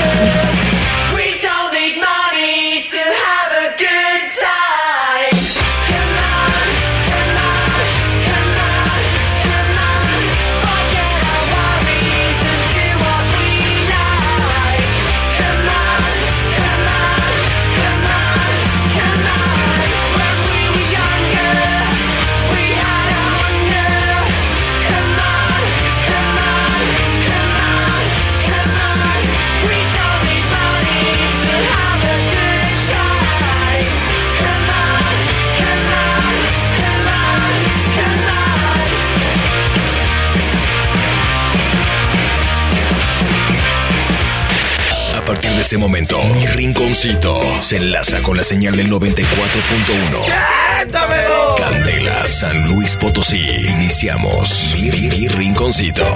We don't need money to have a good time. Come on, come on, come on, come on. Forget our worries and do what we like. Come on, come on, come on, come on. When we were younger, we had a hunger. Come on, come on, come on, come on. We don't need money to have a good time. Come on, come on, come on, come on. A partir de este momento, mi rinconcito se enlaza con la señal del 94.1. Candela, San Luis Potosí. Iniciamos mi, mi- mi rinconcito.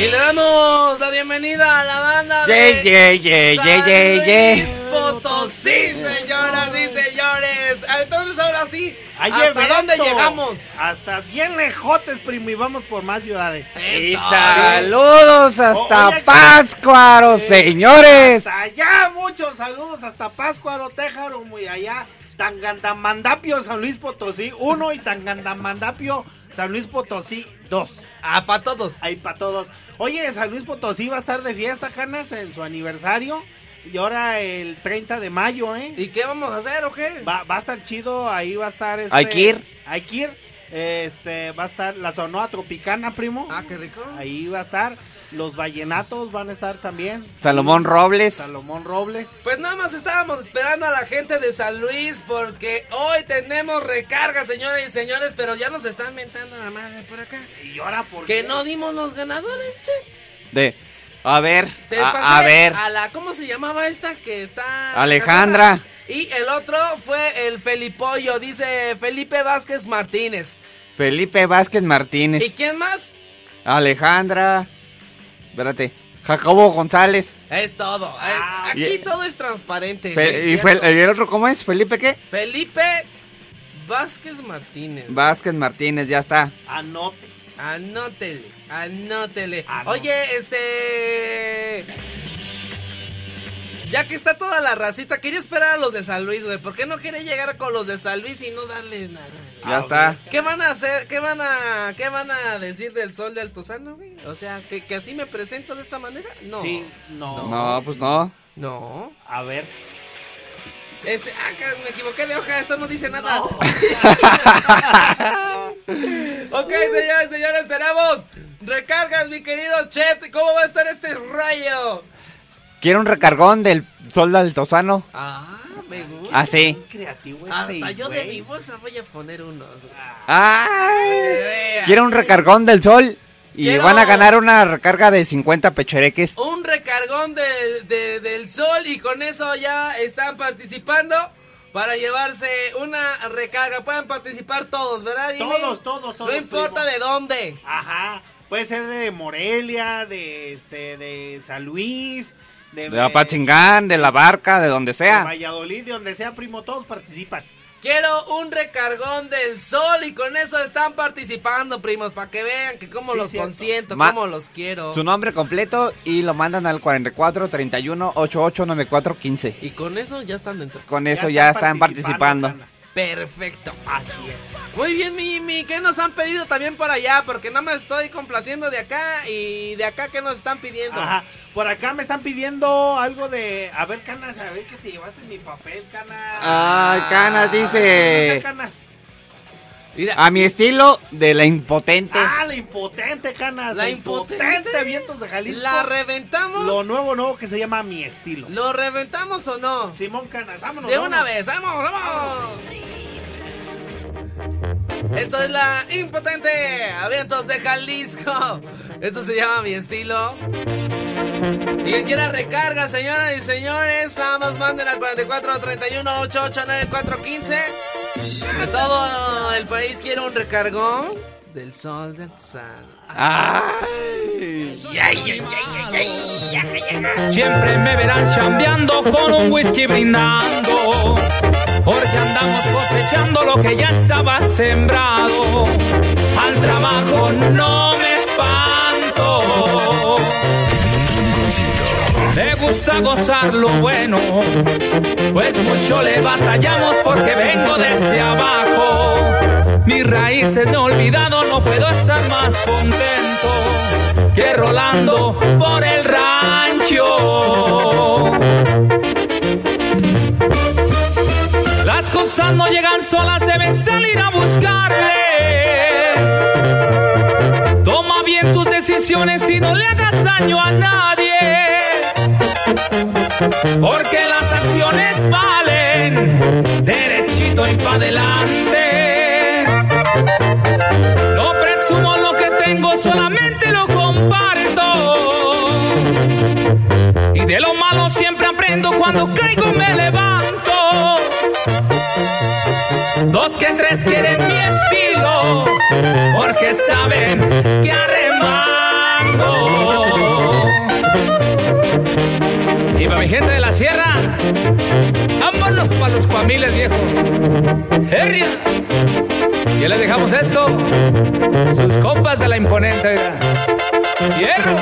Y le damos la bienvenida a la banda Ye, de ye, ye, San ye, ye, ye. Luis Potosí, señoras y señores. Entonces, ahora sí, Hay ¿hasta evento. dónde llegamos? Hasta bien lejotes, primo, y vamos por más ciudades. Y Eso. saludos hasta Oye, eh, Pátzcuaro, señores. Hasta allá, muchos saludos hasta Páscuaro, Tejaro, muy allá. Tangandamandapio, San Luis Potosí 1 y Tangandamandapio, San Luis Potosí 2. Ah, para todos. Ahí para todos. Oye, San Luis Potosí va a estar de fiesta, Canas, en su aniversario. Y ahora el 30 de mayo, ¿eh? ¿Y qué vamos a hacer o qué? Va, va a estar chido, ahí va a estar este. Hay que ir. Hay que ir. Este, va a estar la Sonora Tropicana, primo. Ah, qué rico. Ahí va a estar. Los vallenatos van a estar también. Salomón Robles. Salomón Robles. Pues nada más estábamos esperando a la gente de San Luis porque hoy tenemos recarga, señoras y señores, pero ya nos están mentando la madre por acá. Y ahora por Que qué? no dimos los ganadores, che. De, a ver, Te a, pasé Ah, a ver. A la, ¿cómo se llamaba esta que está? Alejandra. casada? Y el otro fue el Felipollo, dice Felipe Vázquez Martínez. Felipe Vázquez ¿Y Martínez. quién más? Alejandra. Espérate. Jacobo González. Es todo. Eh, Ah, Aquí y- todo es transparente. Fe- güey, ¿Y ¿cierto? Fel- el otro cómo es? ¿Felipe qué? Felipe Vázquez Martínez. Vázquez Martínez, ya está. Anote. Anótele, anótele. Ah, no. Oye, este. Ya que está toda la racita, quería esperar a los de San Luis, güey. ¿Por qué no quiere llegar con los de San Luis y no darles nada? güey? Ya está. ¿Qué van a hacer? ¿Qué van a, qué van a decir del sol de Altozano, güey? O sea, ¿que, que así me presento de esta manera? No. Sí, no. No, pues no. No. A ver. Este, acá me equivoqué de hoja, esto no dice nada. ok, señores, señores, tenemos recargas, mi querido Chet. ¿Cómo va a estar este rayo? Quiero un recargón del Sol del Altozano. Ah, me gusta. Así. Qué creativo este. Hasta yo de güey. mi bolsa voy a poner unos. güey. ¡Ay! Quiero un recargón del Sol. Y Quiero- van a ganar una recarga de 50 pechereques. Un recargón de- de- del sol y con eso ya están participando para llevarse una recarga. Pueden participar todos, ¿verdad? Jimmy? Todos, todos, todos, No importa primo. de dónde. Ajá. Puede ser de Morelia, de este, de San Luis, de, De Apatzingán, de la barca, de donde de sea. Valladolid, de donde sea, primo, todos participan. Quiero un recargón del sol y con eso están participando, primos, para que vean que cómo Sí, los cierto. consiento, Ma- cómo los quiero. Su nombre completo y lo mandan al 44 31 88 94 15. Y con eso ya están dentro. Con eso ya están participando. canas. Perfecto. Así es. Muy bien, mi Jimmy, ¿qué nos han pedido también por allá? Porque no me estoy complaciendo de acá y de acá, ¿qué nos están pidiendo? Ajá. Por acá me están pidiendo algo de. A ver, Canas, a ver que te llevaste mi papel, Canas. Ah, Ay, Canas pues No sé, dice. Canas. Mira, A mi estilo de la impotente. Ah, la impotente, Canas. La La impotente, impotente. vientos de Jalisco. ¿la reventamos? Lo nuevo, nuevo que se llama Mi Estilo. ¿Lo reventamos o no? Simón Canas, vámonos. de una vámonos. vez, vamos, vamos. Esto es la impotente. Avientos de Jalisco. Esto se llama mi estilo. Y quien quiera recarga, señoras y señores, nada más manden al 44 31 8894 15. A todo el país quiere un recargón del sol del sal. Siempre me verán chambeando con un whisky brindando, porque andamos cosechando lo que ya estaba sembrado. Al trabajo no me espanto. Me gusta gozar lo bueno, pues mucho le batallamos porque vengo desde abajo. Mis raíces no he olvidado, no puedo estar más contento que rolando por el rancho. Las cosas no llegan solas, debes salir a buscarle. Toma bien tus decisiones y no le hagas daño a nadie. Porque las acciones valen derechito y pa' adelante. No presumo lo que tengo, solamente lo comparto. Y de lo malo siempre aprendo, cuando caigo me levanto. Dos que tres quieren mi estilo, porque saben que arremango. Y para mi gente de la sierra, vámonos para los cuamiles, viejo. ¡Herria! Ya les dejamos esto, sus compas de la imponente, oiga. ¡Hierro!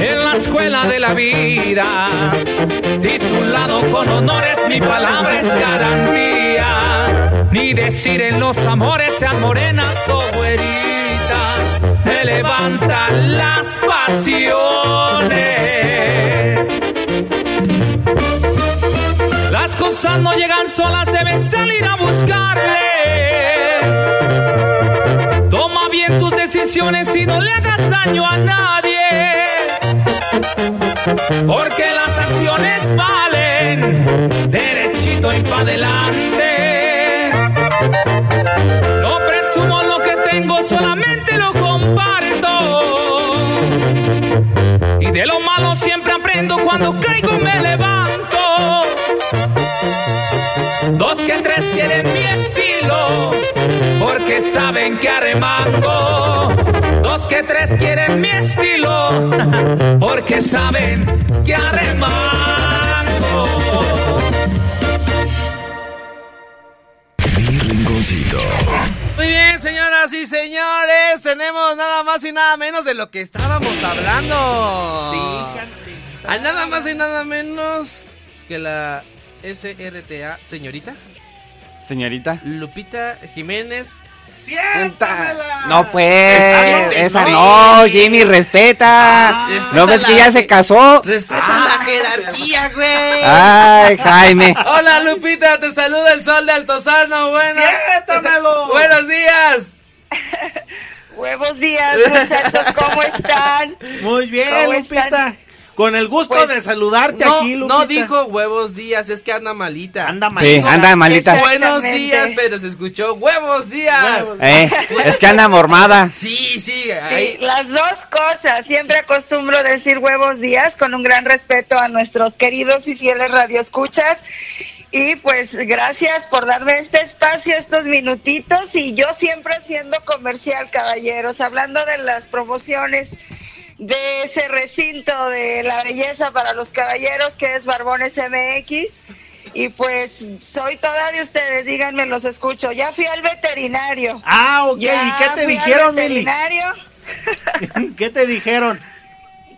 en la escuela de la vida. Titulado con honores, mi palabra es garantía. Ni decir en los amores sean morenas o güeritas, me levantan las pasiones. Las cosas no llegan solas, debes salir a buscarle. Toma bien tus decisiones y no le hagas daño a nadie. Porque las acciones valen derechito y pa' adelante. No presumo lo que tengo, solamente lo comparto. Y de lo malo siempre aprendo, cuando caigo me levanto. Dos que tres quieren mi estilo, porque saben que arremango. Dos que tres quieren mi estilo, porque saben que arremango. Mi rinconcito. Muy bien, señoras y señores, tenemos nada más y nada menos de lo que estábamos hablando. A Ah, nada más y nada menos que la SRTA señorita Señorita. Lupita Jiménez. ¡Siéntamela! No Está pues, bien, esa sorry. no, Jimmy, respeta. Ah, ¿No ves que ya se casó? Respeta la jerarquía, güey. Ah. Ay, Jaime. Hola, Lupita, te saluda el sol de Altozano. Bueno, ¡Siéntamelo! buenos días. Buenos días, muchachos, ¿cómo están? Muy bien, ¿Cómo Lupita. están? Con el gusto Pues, de saludarte No, aquí, Lupita. no dijo huevos días, es que anda malita. Anda mal. Sí, anda malita. Buenos Exactamente. días, pero se escuchó huevos días. Huevos. Eh, es que anda mormada. Sí, sí, Sí, ahí. las dos cosas. Siempre acostumbro decir huevos días con un gran respeto a nuestros queridos y fieles radioescuchas. Y pues gracias por darme este espacio, estos minutitos. Y yo siempre haciendo comercial, caballeros, hablando de las promociones de ese recinto de la belleza para los caballeros que es Barbones MX. Y pues soy toda de ustedes, díganme, los escucho. Ya fui al veterinario. Ah, ok. Ya ¿Y qué te fui al dijeron, Mili? veterinario ¿Qué te dijeron?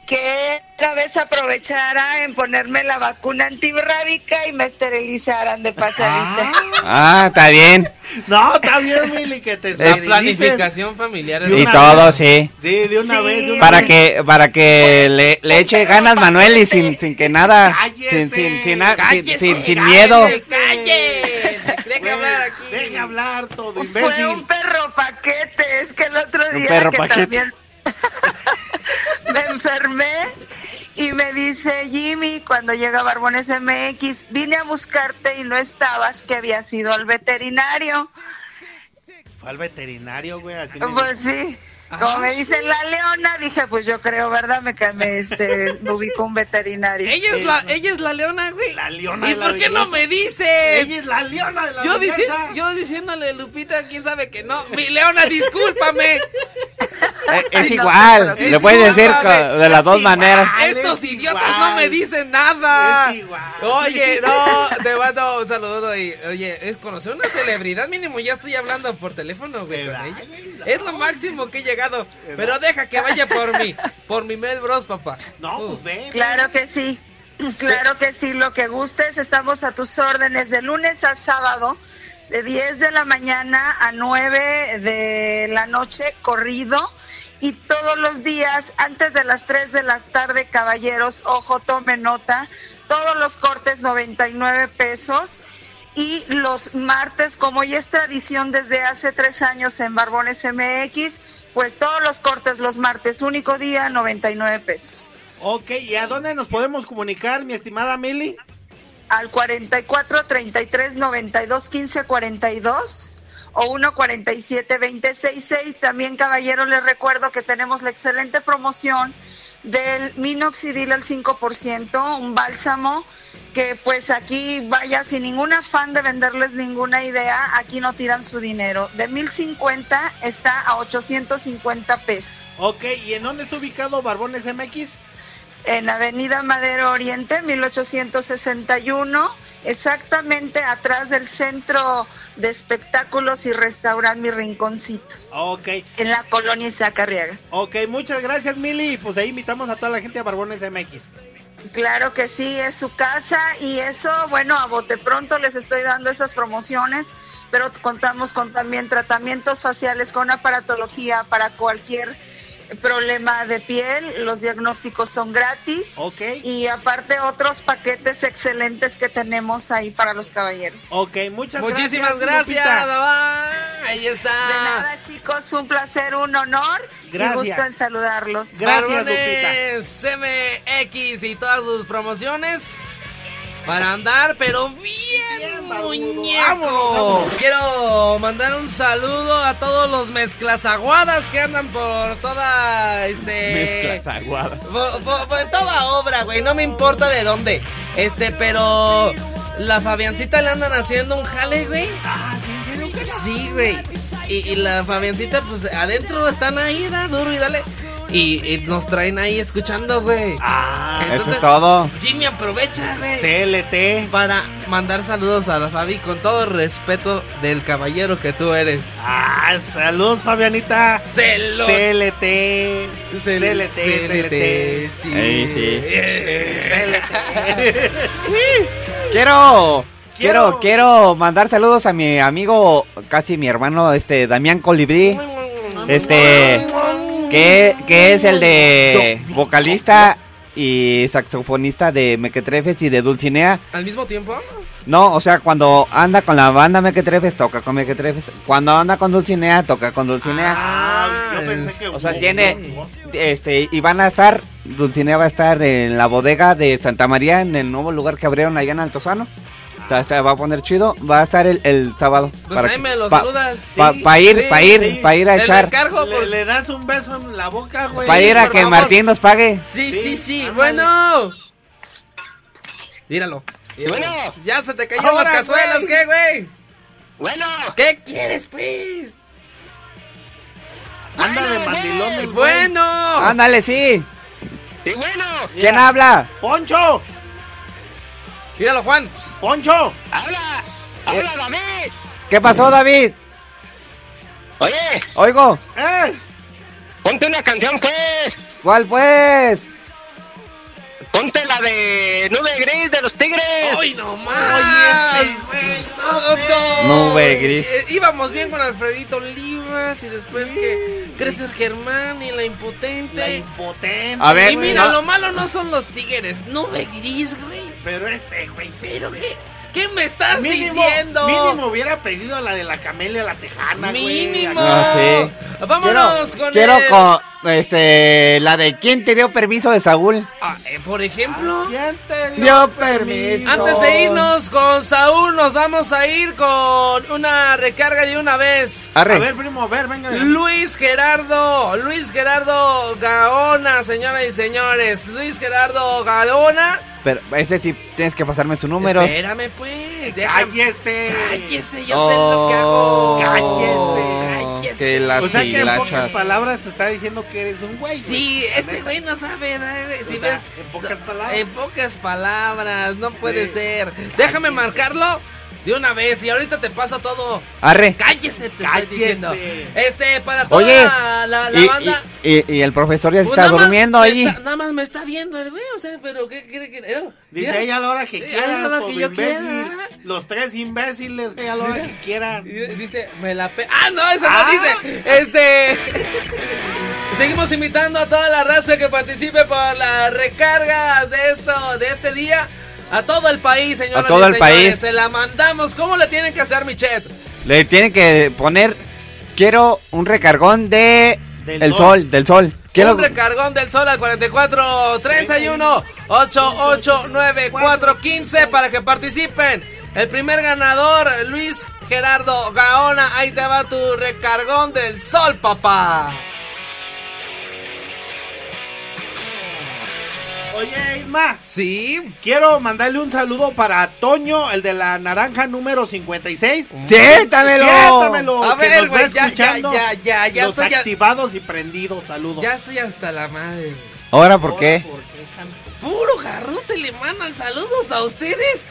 que una vez aprovechara en ponerme la vacuna antirrábica y me esterilizaran de pasadita. Ah, está bien. No, está bien, Mili, que te La esterilicen. planificación familiar es Y una todo, vez. sí. Sí, de una Sí. vez. de una Para vez. que, para que le, le eche ganas Manuel y sin, sin que nada, Cállese. sin, sin, sin, na- sin- Cállese, sin- sin cállese, miedo. Calle, deje Güey, hablar aquí. Deje hablar todo, Pues, Fue un imbécil. perro paquete, es que el otro Un día perro que paquete. también me enfermé y me dice Jimmy cuando llega Barbones MX, vine a buscarte y no estabas, que había sido al veterinario. Fue al veterinario, güey. Así me Pues dijo. sí. Como me dice la leona, dije, pues yo creo, ¿verdad? Me, ca- me, este, me ubicó un veterinario. Ella es la, ella es la leona, güey. Este, La leona ¿Y de la por qué no belleza. me dices? Ella es la leona de la Yo, dici- venganza. yo diciéndole Lupita, quién sabe que no. Mi Leona, discúlpame. Es, Eh, es no, igual, pero- le puedes Es decir igual, co- güey, de las es dos igual. maneras. Él Estos es idiotas igual. no me dicen nada. Es igual. Oye, no, te mando un saludo y, oye, es conocer una celebridad mínimo, ya estoy hablando por teléfono, güey, con ¿Verdad? ella. Es lo máximo que he llegado, pero deja que vaya por mí, por mi Mel Bros, papá. No, pues ve. ve. Claro que sí, claro que sí, lo que gustes, estamos a tus órdenes de lunes a sábado, de 10 de la mañana a 9 de la noche, corrido. Y todos los días, antes de las 3 de la tarde, caballeros, ojo, tome nota, todos los cortes 99 pesos. Y los martes, como ya es tradición desde hace tres años en Barbones MX, pues todos los cortes los martes, único día, 99 pesos. Ok, ¿y a dónde nos podemos comunicar, mi estimada Mili? al 44 33 92 15 42 o 1 47 20 66. También, caballeros, les recuerdo que tenemos la excelente promoción del minoxidil al 5%, un bálsamo que pues aquí vaya sin ningún afán de venderles ninguna idea, aquí no tiran su dinero. De 1050 está a 850 pesos. Ok, ¿y en dónde está ubicado Barbones MX? en Avenida Madero Oriente, 1861, exactamente atrás del Centro de Espectáculos y Restaurante Mi Rinconcito, Ok, en la colonia Izacarriaga. ok, muchas gracias, Mili. y Pues ahí invitamos a toda la gente a Barbones MX. Claro que sí, es su casa y eso, bueno, a bote pronto les estoy dando esas promociones, pero contamos con también tratamientos faciales con aparatología para cualquier problema de piel, los diagnósticos son gratis. Ok, Y aparte otros paquetes excelentes que tenemos ahí para los caballeros. ok, muchas Muchísimas gracias, gracias. Lupita. Daván. Ahí está. De Ah. nada, chicos, fue un placer, un honor Gracias. y gusto en saludarlos. Gracias, Barbones MX y todas sus promociones para andar, pero bien, Bien, barbudo. muñeco. Vámonos, vámonos. Quiero mandar un saludo a todos los mezclasaguadas que andan por toda este aguadas. por- por- por toda obra, güey, no me importa de dónde. Este, pero la Fabiancita le andan haciendo un jale, güey. Sí, güey. Y, y la Fabiancita, pues adentro están ahí, da duro y dale. Y, y nos traen ahí escuchando, güey. Ah, Eso Entonces, es todo. Jimmy aprovecha, güey. CLT. Para mandar saludos a la Fabi con todo el respeto del caballero que tú eres. Ah, saludos, Fabianita. Celo- CLT. CLT. CLT, CLT. sí. Ey, sí. CLT. Quiero, Quiero- quiero, quiero mandar saludos a mi amigo, casi mi hermano, este, Damián Colibrí. Este, que, que es el de vocalista y saxofonista de Mequetrefes y de Dulcinea. ¿Al mismo tiempo? No, o sea, cuando anda con la banda Mequetrefes, toca con Mequetrefes. Cuando anda con Dulcinea, toca con Dulcinea. Ah, yo pensé es- que- O sea, tiene, este, y van a estar, Dulcinea va a estar en la bodega de Santa María, en el nuevo lugar que abrieron allá en Altozano. O sea, se va a poner chido, va a estar el, el sábado. Pues ahí me lo saludas. Para Sí, ir, sí, para ir, sí. para ir a Te lo echar. encargo Le, por- le das un beso en la boca, güey. Para ir a por que favor. Martín nos pague. Sí, Sí, sí, sí. ándale. Bueno. Míralo. Bueno. Ya se te cayeron las cazuelas, ¿qué, güey? Bueno. ¿Qué quieres, pues? Anda de mandilón el güey. Bueno. Ah. Ándale, sí. Mira, ¿Quién habla? ¡Poncho! Míralo, Juan. ¡Poncho! ¿Qué pasó, David? Oye, Oigo, ¡Eh! ponte una canción pues. ¿cuál pues? Ponte la de Nube Gris de los Tigres. ¡Ay, no más! este Nube gris. Ah, Eh, íbamos bien con Alfredito Olivas y después que crece el Germán y la impotente. La impotente. A ver, y güey. mira, no. lo malo no son los tigres. Nube gris, güey. Pero este, güey. ¿Pero qué? ¿Qué me estás Mínimo, diciendo? mínimo hubiera pedido la de la camelia la tejana, güey. Mínimo. No, sí. Vámonos quiero, con quiero el- co- Este, la de ¿Quién te dio permiso de Saúl? Ah, eh, por ejemplo. ¿Quién te Dio permiso. Antes de irnos con Saúl, nos vamos a ir con una recarga de una vez. Arre. A ver, primo, a ver, venga. Luis Gerardo, Luis Gerardo Gaona, señoras y señores. Luis Gerardo Gaona. Pero ese sí, tienes que pasarme su número. Espérame, pues. déjame- Cállese. Cállese, yo sé lo que Oh, hago. Cállese. Oh, Cállese. Que las O sea que en pocas hilachas. palabras te está diciendo que eres un güey. Sí, este güey no sabe. ¿no? Si O sea, ves- en pocas palabras. En pocas palabras, no puede Sí. ser. Déjame marcarlo de una vez y ahorita te paso todo. Arre. Cállese, te Cállese. estoy diciendo. Este, para toda Oye. la, la- la y, banda. y- y- y el profesor ya se Pues está nada más durmiendo me ahí. está- nada más me está viendo el güey, o sea, pero ¿qué quiere que.? eh, Dice mira. ella a la hora que Sí, quiera. a la hora todo que yo imbécil. quiera. Los tres imbéciles, ella a la hora que quieran. Y Dice, me la pe... ¡Ah, no! Eso Ah. no dice. Este... Seguimos invitando a toda la raza que participe por las recargas de eso, de este día. A todo el país, señoras A todo y el señores. país. Se la mandamos. ¿Cómo la tienen que hacer, Michet? Le tienen que poner. Quiero un recargón de. Del el sol. sol. del sol. Quiero. Un recargón del sol al 4431 889415 para que participen. El primer ganador, Luis Gerardo Gaona. Ahí te va tu recargón del sol, papá. Oye, Isma. Sí, Quiero mandarle un saludo para Toño, el de la naranja número 56. ¡Siéntamelo! Siéntamelo, A que ver, nos va güey, ya, ya, escuchando. ya, ya, ya Los estoy ya- activados y prendidos, saludos. ya estoy hasta la madre. Ahora, ¿por qué? can- Puro garrote le mandan saludos a ustedes.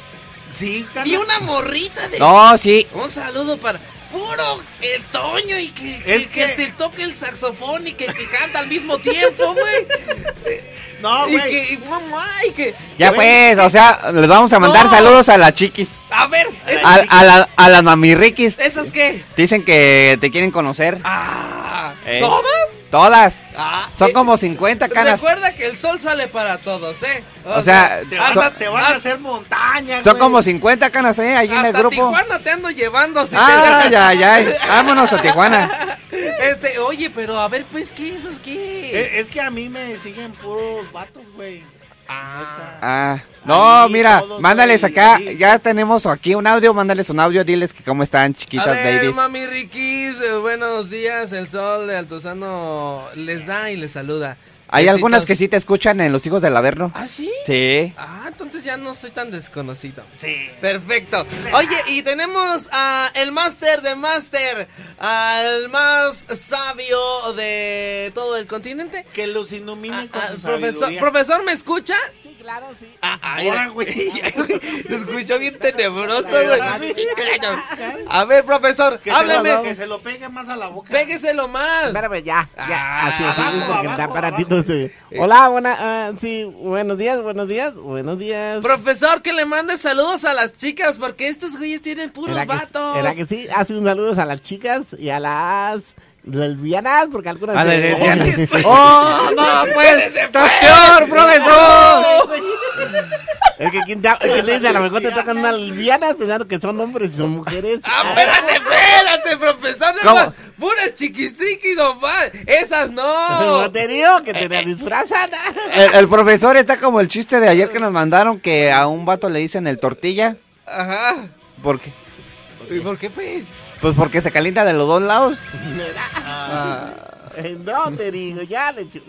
Sí, can- Y una morrita de. No, sí. Un saludo para. Puro el Toño y que, que, Es que que- te toque el saxofón y que, que canta al mismo tiempo, güey. No, y güey. que. Y, mamá, y que. Ya Güey. pues, o sea, les vamos a mandar No. saludos a las chiquis. A ver, esas, A, a, la- a las mamirriquis. ¿esas qué? Dicen que te quieren conocer. Ah, Eh, ¿Todas? Todas. Ah, Son eh, como 50 canas. Recuerda que el sol sale para todos, ¿eh? O sea, Te, son- vas a- te van a hasta- hacer montaña. Son güey. como 50 canas, ¿eh? Ahí en el Hasta grupo. Ah, Tijuana te ando llevando. si te- Ay, ay, ay. Vámonos a Tijuana. Este, oye, pero a ver, pues, ¿qué eso es qué? Eh, Es que a mí me siguen puros vatos, güey. Ah. Ah, no, Ahí, mira, todos mándales ahí, acá. ahí. Ya tenemos aquí un audio. Mándales un audio. Diles que cómo están, A chiquitas ver, babies. mami Riquis, eh, buenos días. El sol de Altozano les da y les saluda. Hay Besitos. algunas que sí te escuchan en Los Hijos del Averno. ¿Ah, sí? Sí. Ah, entonces ya no soy tan desconocido. Sí. Perfecto. Oye, y tenemos a el máster de máster, al más sabio de todo el continente. Que los iluminen con Ah, su profesor, sabiduría. ¿Profesor me escucha? Sí, claro, sí. Ah, ah, Ahora, era- güey. Te escuchó bien tenebroso, güey. Sí, claro. Claro. A ver, profesor, Que, Se lo, que hábleme. se lo pegue más a la boca. Pégueselo más. Espérame, ya, Ah, ya. Así, así, abajo, porque abajo, está abajo. paradito, sí. Hola, buena, ah, sí, buenos días, buenos días, buenos días. Profesor, que le mande saludos a las chicas porque estos güeyes tienen puros ¿Era que, vatos. era que sí? Hace un saludo a las chicas y a las lesbianas, porque algunas... Ah, se- le decían- Oye, ¡Oh, no, pues! ¡Estás peor, profesor! Es que quién te, es que te dice, a lo mejor te tocan unas lesbianas pensando que son hombres y son mujeres. Ah, espérate, espérate, profesor. no ¿Cómo? más. Puras chiquisiquis nomás. Esas no. Pero te digo que te Eh, la disfrazan. ah. El, el profesor está como el chiste de ayer que nos mandaron que a un vato le dicen el tortilla. Ajá. Porque, ¿Y por qué, pues? pues porque se calienta de los dos lados. Eh, No, te digo, ya le... chu-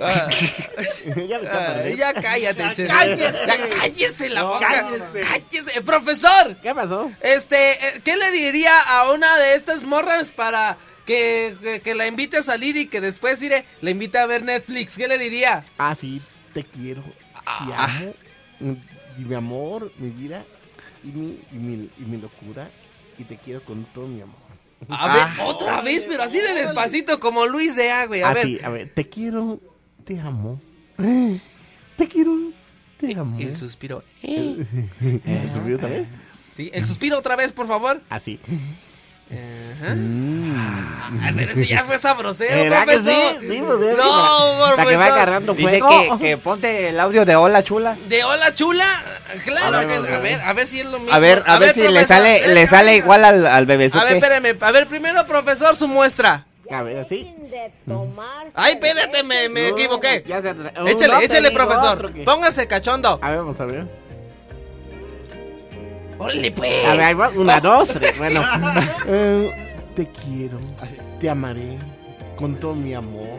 Ah, ya le está ah, perdiendo. ya cállate, che. cállese. Ya cállese la No, boca. Cállese. cállese. Eh, Profesor, ¿Qué pasó? este, eh, ¿qué le diría a una de estas morras para que, que, que la invite a salir y que después iré, la invite a ver Netflix? ¿Qué le diría? Ah, sí, te quiero, te Ah. amo, mm, y mi amor, mi vida, y mi, y mi, y mi locura, y te quiero con todo mi amor. A ver, otra vez, pero así de despacito, como Luis de A, güey. A ver. Así, Ah, a ver, te quiero, te amo, te quiero, te amo. Y el suspiro. ¿eh? ¿El suspiro también? Sí, el suspiro otra vez, por favor. Así. Ajá. Ah, pero ese ya fue sabrosero, ¿Verdad que sí? profesor. Sí, pues, es para, No, para que va profesor. agarrando Dice fuego. que, que ponte el audio de Hola Chula. De hola chula, claro A ver, que a a ver. ver, a ver si es lo mismo. A ver, a ver si le profesor. eh, sale, le sale igual al, al A ver, bebesote. espérame, a ver primero profesor su muestra. A ver, así. Ay, espérate, me, me equivoqué. Ya se atra- Uh, Échale, no te échale, digo profesor. otro que- Póngase cachondo. A ver, vamos a ver. Órale, pues. A ver, ahí va, una, dos, tres. Bueno. Eh, te quiero, te amaré con todo mi amor,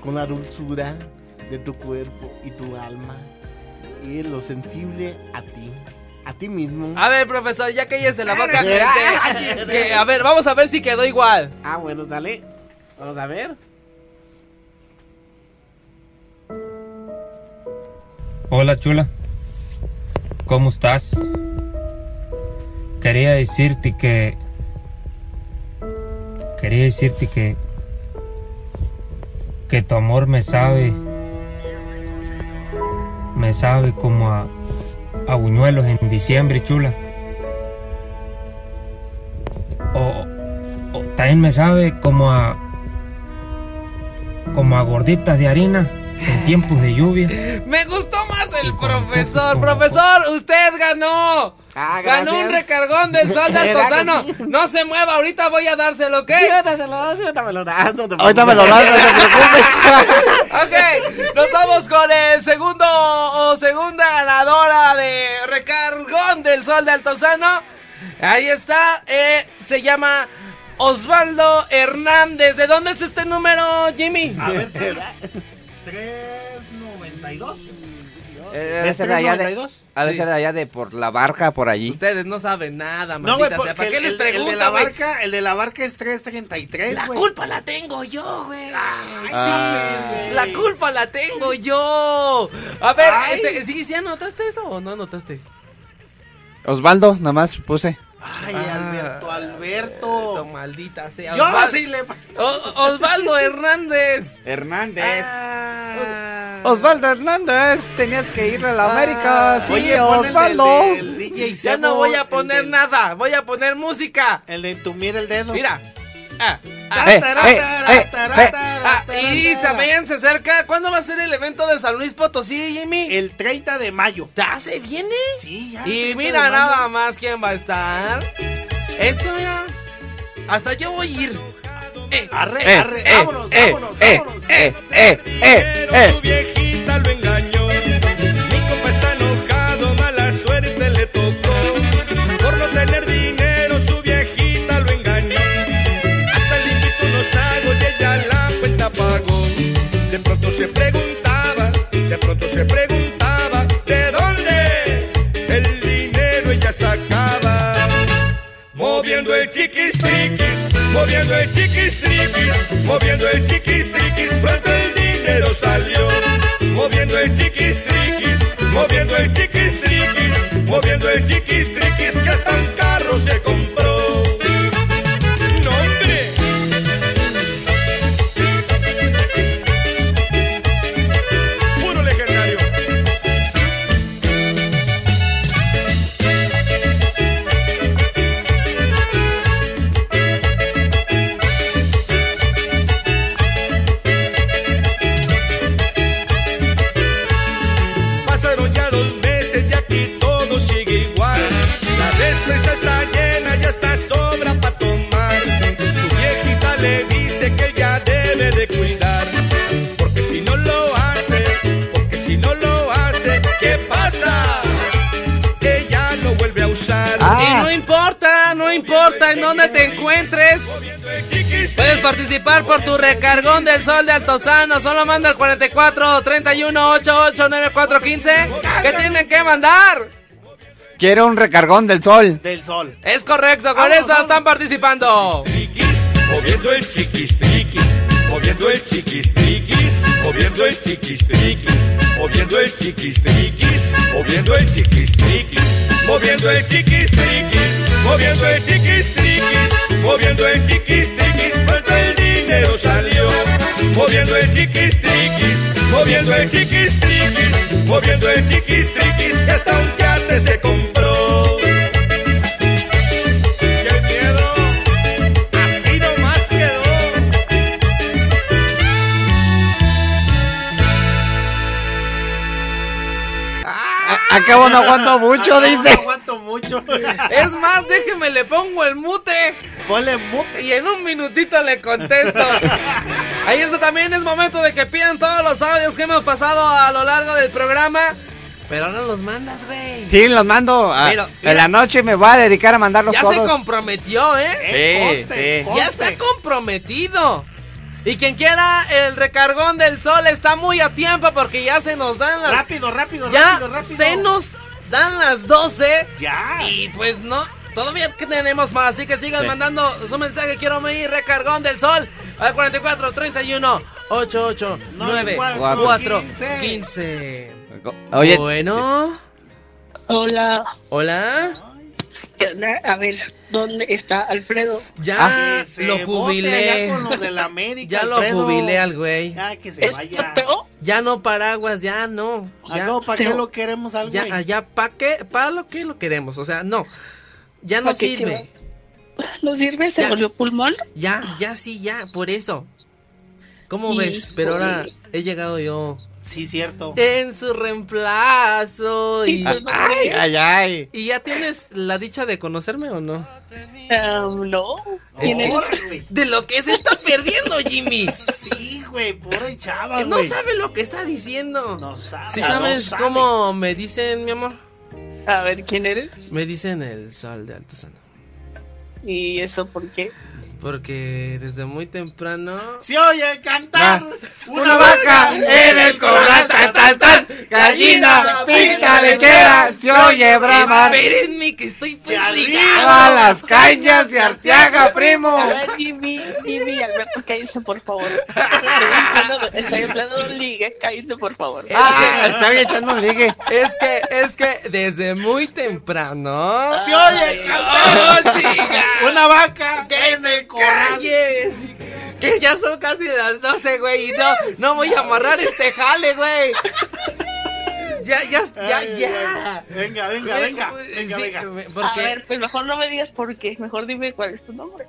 con la dulzura de tu cuerpo y tu alma y lo sensible a ti, a ti mismo. A ver, profesor, ya Ah, que ella se la boca. Ah, gente, que, a ver, vamos a ver si quedó igual. Ah, bueno, dale. Vamos a ver. Hola chula, ¿cómo estás? Quería decirte que... Quería decirte que... Que tu amor me sabe... Me sabe como a... A buñuelos en diciembre, chula. O, o también me sabe como a... Como a gorditas de harina en tiempos de lluvia. Me gustó más el profesor. Profesor, usted ganó. Ah, gracias. ganó un recargón del sol de ¿Verdad Altozano. No se mueva, ahorita voy a dárselo, ¿ok? Ahorita me lo das, no te Ahorita me lo das, no te preocupes. Ok, nos vamos con el segundo o segunda ganadora de recargón del sol de Altozano. Ahí está, eh, se llama Osvaldo Hernández. ¿De dónde es este número, Jimmy? A ver, 392. Eh, Ha de ser de allá de- ha de Sí. ser de allá de por la barca, por allí. Ustedes no saben nada, No, güey, maldita porque sea. ¿Para el- qué les el- el de pregunto, la güey? barca- El de la barca es 333, La güey. culpa la tengo yo, güey. Ah. La culpa la tengo yo. A ver, Ay. este, ¿sí, sí anotaste eso o no anotaste? Osvaldo, nada más puse. Ay, Alberto, Alberto. maldita sea. Oh. Yo Osval- sí le. O- Osvaldo Hernández. Hernández. Ah. Osvaldo Hernández, tenías que irle a la Ah. América. Sí, Osvaldo. Ya no voy a poner nada. Voy a poner música. El de tu mira el dedo. Mira. Ah, ah, Eh, ah, eh, ah, eh, ah, eh. ah, Y Samayan se acerca. ¿Cuándo va a ser el evento de San Luis Potosí, Jimmy? El 30 de mayo. ¿Ya se viene? Eh. Sí, ya. Y 30 mira de mayo. nada más quién va a estar. Esto, mira. Hasta yo voy a ir. Eh, arre, Eh, arre, eh, vámonos, eh, vámonos, eh, vámonos. eh, eh, eh, eh. Tu viejita lo engañó. Mi compa está enojado, mala suerte le tocó. Por no tener dinero, su viejita lo engañó. Hasta le invitó unos tragos y ella la cuenta pagó. De pronto se preguntaba, de pronto se preguntaba, ¿de dónde el dinero ella sacaba? Moviendo el chiquis triquis, moviendo el chiquis triquis, moviendo el chiquis triquis, pronto el dinero salió. Moviendo el chiquis triquis, moviendo el chiquis triquis, moviendo el chiquis triquis, que hasta un carro se compró. ¡No, hombre! Puro legendario. Pasaron ya dos meses y aquí todo sigue igual. La despensa está llena y hasta sobra para tomar. Su viejita le dice que ya debe de cuidar. Porque si no lo hace, porque si no lo hace, ¿qué pasa? Ella lo vuelve a usar. Y no importa, no importa en dónde te encuentres. Puedes participar por tu recargón del sol de Altozano. Solo manda el 44 31 88 94 15. ¿Qué tienen que mandar? Quiero un recargón del sol. Del sol. Es correcto, con eso están participando. Moviendo el chiquis triquis, moviendo el chiquis triquis, moviendo el chiquis triquis, moviendo el chiquis triquis, moviendo el chiquis triquis, moviendo el chiquis triquis, moviendo el chiquis triquis, moviendo el chiquis triquis, falta el dinero salió, moviendo el chiquis triquis, moviendo el chiquis triquis, moviendo el chiquis triquis, que hasta un yate se compró. ¡Qué miedo! Así nomás quedó. A- Acabo no aguanto mucho, Acabo, No dice. aguanto mucho. Es más, déjeme le pongo el mute. Ponle mute. Y en un minutito le contesto. Ahí está también es momento de que pidan todos los audios que hemos pasado a lo largo del programa. Pero no los mandas, güey. Sí, los mando. a- Pero, mira. en la noche me voy a dedicar a mandarlos Ya todos. se comprometió, ¿eh? Sí, Conste, sí. conste. Ya está comprometido. Y quien quiera el recargón del sol está muy a tiempo porque ya se nos dan las... Rápido, rápido, ya rápido, rápido. se nos dan las 12. Ya. Y pues no, todavía que tenemos más, así que sigan Sí. mandando su mensaje. Quiero mi recargón del sol al 44 31 88 9 cuatro, 4 15. Oye, Bueno, Hola, hola. a ver, ¿dónde está Alfredo? Ya Ah. lo jubilé. con los de la América. Ya lo Alfredo. jubilé al güey. Ya que se vaya. Ya no paraguas, ya no. Ah, Ya, no, ¿para qué lo queremos al Ya, güey? allá, ¿para qué? ¿Para lo que lo queremos? O sea, no. Ya no ¿Pa' qué sirve. ¿No sirve? ¿Se volvió pulmón? Ya, ya sí, ya, por eso. ¿Cómo Sí, ves? Pero por ahora eso. he llegado yo. Sí, cierto. En su reemplazo. Y, Ay, ay, ay. ¿Y ya tienes la dicha de conocerme o no? no. Es que- de lo que se está perdiendo, Jimmy. Sí, güey, pobre Ah, chava, No güey. sabe lo que está diciendo. No sabe. Si no sabes sabe. cómo me dicen, mi amor. A ver, ¿quién eres? Me dicen el sol de Altozano. ¿Y eso por qué? Porque desde muy temprano. Se oye cantar una, Ah. Una vaca vaca en el corral, tan, tan, tan, gallina, Pica pinta lechera, se oye brama. Espérenme que estoy pues A las cañas de Arteaga, primo. A ver, Jimmy, Jimmy, Alberto, cállense, por favor. Estoy hablando, estoy hablando de un ligue, cállense, por favor. Ah, está bien echando un ligue. Es que, es que desde muy temprano. Se oye cantar una vaca en el corral. Calles. Que ya son casi las 12, güey. Y no, no voy a amarrar este jale, güey. Ya, ya, ya, Ay, ya. Venga, venga, Güey, venga, güey, venga, sí, venga. me- porque- A ver, pues mejor no me digas por qué, mejor dime cuál es tu nombre.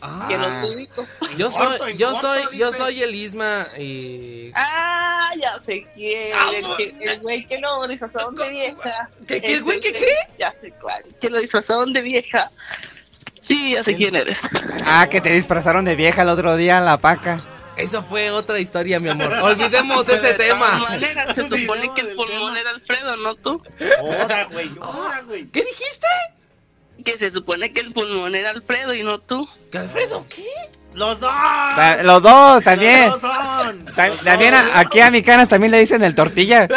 Ah. Que los ubico. Yo soy, corto, en yo corto, soy, yo dice. soy el Isma y. Ah, ya sé quién. El que- El güey que lo disfrazaron de vieja. ¿Qué- qué, el güey que que- qué? Ya sé cuál. Que lo disfrazaron de vieja. Sí, ya sé quién eres. Ah, que te disfrazaron de vieja el otro día en la paca. Eso fue otra historia, mi amor. Olvidemos ese tema. Manera, se supone que el pulmón era Alfredo, ¿no tú? Ahora, güey, ahora, güey. Ah. ¿Qué dijiste? Que se supone que el pulmón era Alfredo y no tú. ¿Que Alfredo qué? Los dos. Ta- Los dos también. Los dos son. Ta- También a- aquí a mi canas también le dicen el tortilla.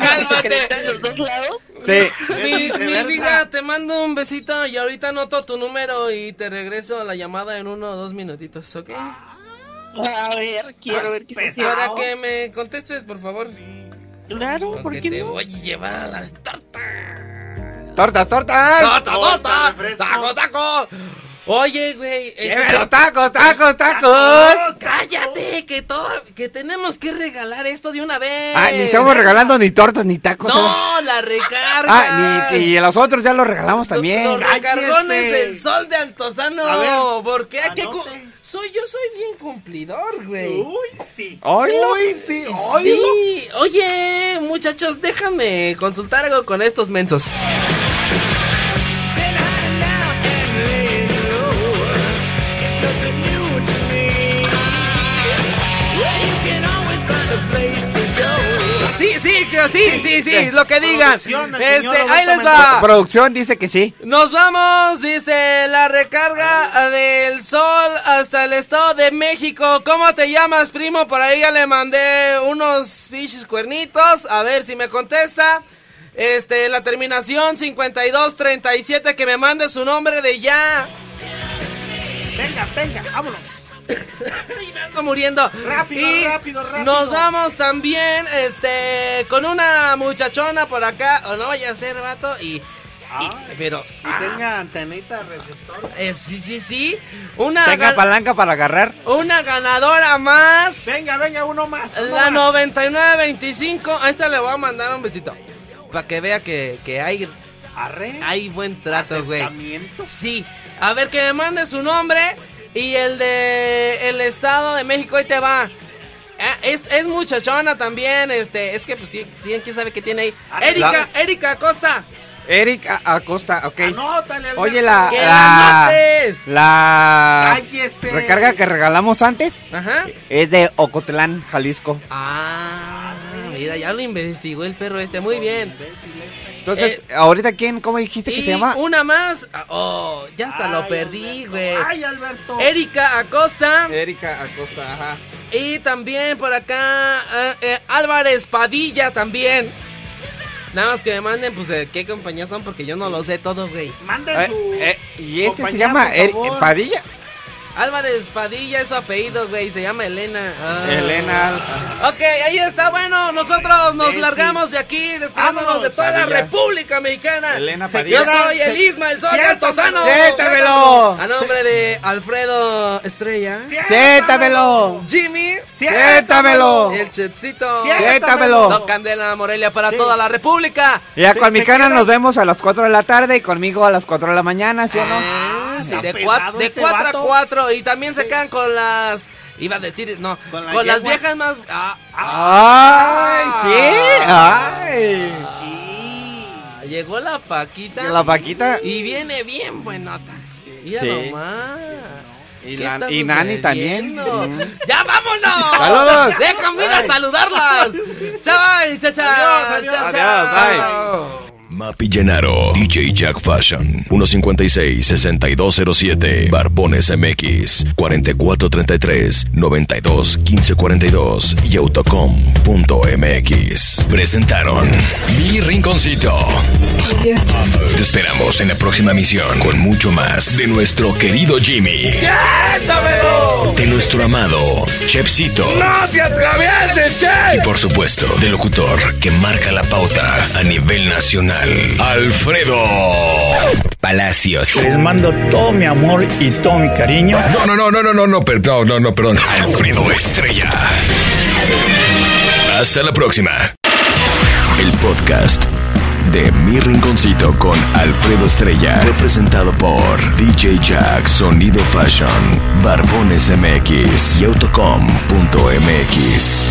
¡Cálmate! los dos lados? Sí. Mi, Es mi viceversa. vida, te mando un besito y ahorita anoto tu número y te regreso la llamada en uno o dos minutitos, ¿ok? A ver, quiero ver qué Para que me contestes, por favor. Claro, ¿por Porque qué te no? voy a llevar a las tortas. Tortas, tortas. ¡Torta, torta! ¡Saco, saco! Oye, güey. este, Llévenos tacos, tacos, tacos. ¡Cállate! Que, todo, que tenemos que regalar esto de una vez. Ah, ni estamos regalando ni tortas ni tacos. ¿eh? ¡No! ¡La recarga! Ah, ni, y los otros ya los regalamos también. este. Los recargones Cállese. del sol de A Altozano. ver, Porque hay que. cu- anote. Soy, yo soy bien cumplidor, Uh, güey. Uy, sí. Oilo. Uy, sí. oilo. Sí, oye, muchachos, déjame consultar algo con estos mensos. Sí, sí, que sí, sí, sí, lo que digan. Producción, el señor Este, ahí Roberto les va. Producción dice que sí. Nos vamos, dice la recarga del sol hasta el estado de México. ¿Cómo te llamas, primo? Por ahí ya le mandé unos fiches cuernitos. A ver si me contesta. Este, la terminación 5237, que me mande su nombre de ya. Venga, venga, vámonos. Me ando muriendo. Rápido, Y rápido, rápido. Nos vamos también, este, con una muchachona por acá. O no vaya a ser, vato. Y, y- pero, Ah. Y tenga antenita receptor. eh, sí, sí, sí. Una Tenga gal- palanca para agarrar. Una ganadora más. Venga, venga, uno más. uno La más. 9925. A esta le voy a mandar un besito. Para que vea que, que hay, Arre. hay buen trato, güey. acercamiento. Sí. A ver que me mande su nombre y el de el Estado de México. Ahí te va. Ah, es, es muchachona también, este, es que pues sí, tiene- quién sabe qué tiene ahí. Arre. Erika, Erika Costa. Eric A- Acosta, ok. Ah, Anótale, Alberto. Oye, la. ¡Que la La, anotes! la Cállese. recarga que regalamos antes Ajá. es de Ocotlán, Jalisco. Ah, mira, ya lo investigó el perro este. Muy bien. Entonces, ahorita, ¿quién? ¿Cómo dijiste que Eh, Y se llama? una más. Ah, Oh, ya hasta lo perdí, güey. Ay, Alberto. Erika Acosta. Erika Acosta, ajá. Y también por acá ah, eh, Álvarez Padilla también. Nada más que me manden, pues, de qué compañía son, porque yo no lo sé todo, güey. Manden Eh, su. Eh, y este se compañía, llama por Eri- favor. Padilla. Álvarez Padilla es su apellido, güey. Se llama Elena. Ah. Elena. Ok, ahí está. Bueno, nosotros nos Imbécil. largamos de aquí despidiéndonos de toda la Padilla. República Mexicana. Elena Yo Padilla. soy el Se- Isma, el Sol siéntamelo. Altozano. Siéntamelo. A nombre de Alfredo Estrella. Siéntamelo. Jimmy. Siéntamelo. El Chetcito. Siéntamelo. Don Candela Morelia para toda la República. Ya con mi cana nos vemos a las 4 de la tarde y conmigo a las 4 de la mañana, ¿sí o no? Ah, Sí, de 4 este a vato. 4 y también se quedan con las iba a decir no con, la las yegua. viejas más ah, ¡Ay, sí! ¡Ay! ah, llegó la paquita La Paquita. y viene bien buenota mira Sí. nomás Y, ¿Qué la- está y Nani también. sucediendo? Mm. ¡Ya vámonos! Saludos. ¡Déjame ir a Bye. saludarlas! ¡Chava y chacha! Adiós, adiós. Mapi Llenaro, DJ Jack Fashion, 156-6207, Barbones MX, 4433-921542 y autocom.mx. Presentaron Mi Rinconcito. Te esperamos en la próxima misión con mucho más de nuestro querido Jimmy, de nuestro amado Chepsito. te atravieses, che! Y por supuesto, del locutor que marca la pauta a nivel nacional, Alfredo Palacios. Les mando todo mi amor y todo mi cariño. No, no, no, no, no, no, no, per- no, no, no, perdón. Alfredo Estrella. Hasta la próxima. El podcast de Mi Rinconcito con Alfredo Estrella fue presentado por DJ Jack Sonido Fashion, Barbones MX y Autocom.mx.